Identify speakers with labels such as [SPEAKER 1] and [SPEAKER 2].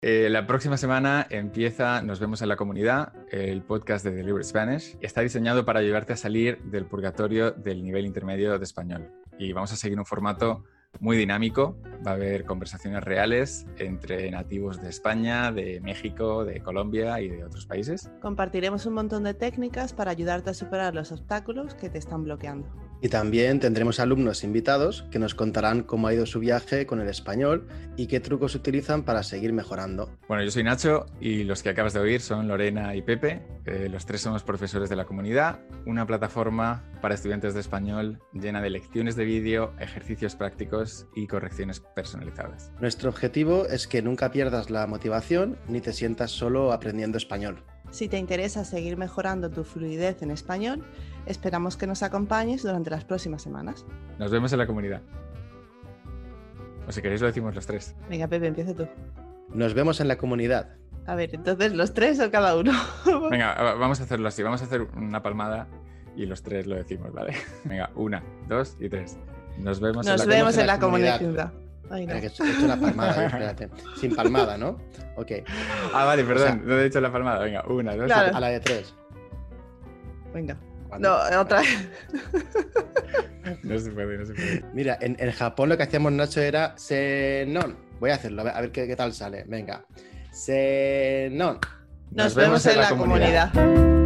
[SPEAKER 1] Eh, la próxima semana empieza Nos vemos en la comunidad, el podcast de Deliver Spanish. Está diseñado para ayudarte a salir del purgatorio del nivel intermedio de español. Y vamos a seguir un formato muy dinámico. Va a haber conversaciones reales entre nativos de España, de México, de Colombia y de otros países.
[SPEAKER 2] Compartiremos un montón de técnicas para ayudarte a superar los obstáculos que te están bloqueando.
[SPEAKER 3] Y también tendremos alumnos invitados que nos contarán cómo ha ido su viaje con el español y qué trucos utilizan para seguir mejorando.
[SPEAKER 1] Bueno, yo soy Nacho y los que acabas de oír son Lorena y Pepe. Eh, los tres somos profesores de la comunidad, una plataforma para estudiantes de español llena de lecciones de vídeo, ejercicios prácticos y correcciones personalizadas.
[SPEAKER 3] Nuestro objetivo es que nunca pierdas la motivación ni te sientas solo aprendiendo español.
[SPEAKER 2] Si te interesa seguir mejorando tu fluidez en español, esperamos que nos acompañes durante las próximas semanas.
[SPEAKER 1] Nos vemos en la comunidad. O si queréis lo decimos los tres.
[SPEAKER 2] Venga, Pepe, empieza tú.
[SPEAKER 3] Nos vemos en la comunidad.
[SPEAKER 2] A ver, entonces los tres o cada uno.
[SPEAKER 1] Venga, va- vamos a hacerlo así. Vamos a hacer una palmada y los tres lo decimos, ¿vale? Venga, una, dos y tres. Nos vemos
[SPEAKER 2] Nos
[SPEAKER 1] en la
[SPEAKER 2] vemos en la
[SPEAKER 3] comunidad.
[SPEAKER 2] comunidad. Ay, no.
[SPEAKER 3] Espera, que he hecho- he hecho una palmada, eh, espérate. Sin palmada, ¿no? Ok,
[SPEAKER 1] Ah, vale, perdón.
[SPEAKER 3] O sea-
[SPEAKER 1] no he dicho la palmada. Venga, una, dos
[SPEAKER 2] Claro.
[SPEAKER 3] a la de tres.
[SPEAKER 2] Venga.
[SPEAKER 3] ¿Cuándo?
[SPEAKER 2] No, otra vez.
[SPEAKER 1] y... No se puede, no se puede.
[SPEAKER 3] Mira, en, en Japón lo que hacíamos Nacho era senon. Voy a hacerlo, a ver, a ver qué, qué tal sale. Venga. Senon.
[SPEAKER 2] Nos, vemos, en la comunidad.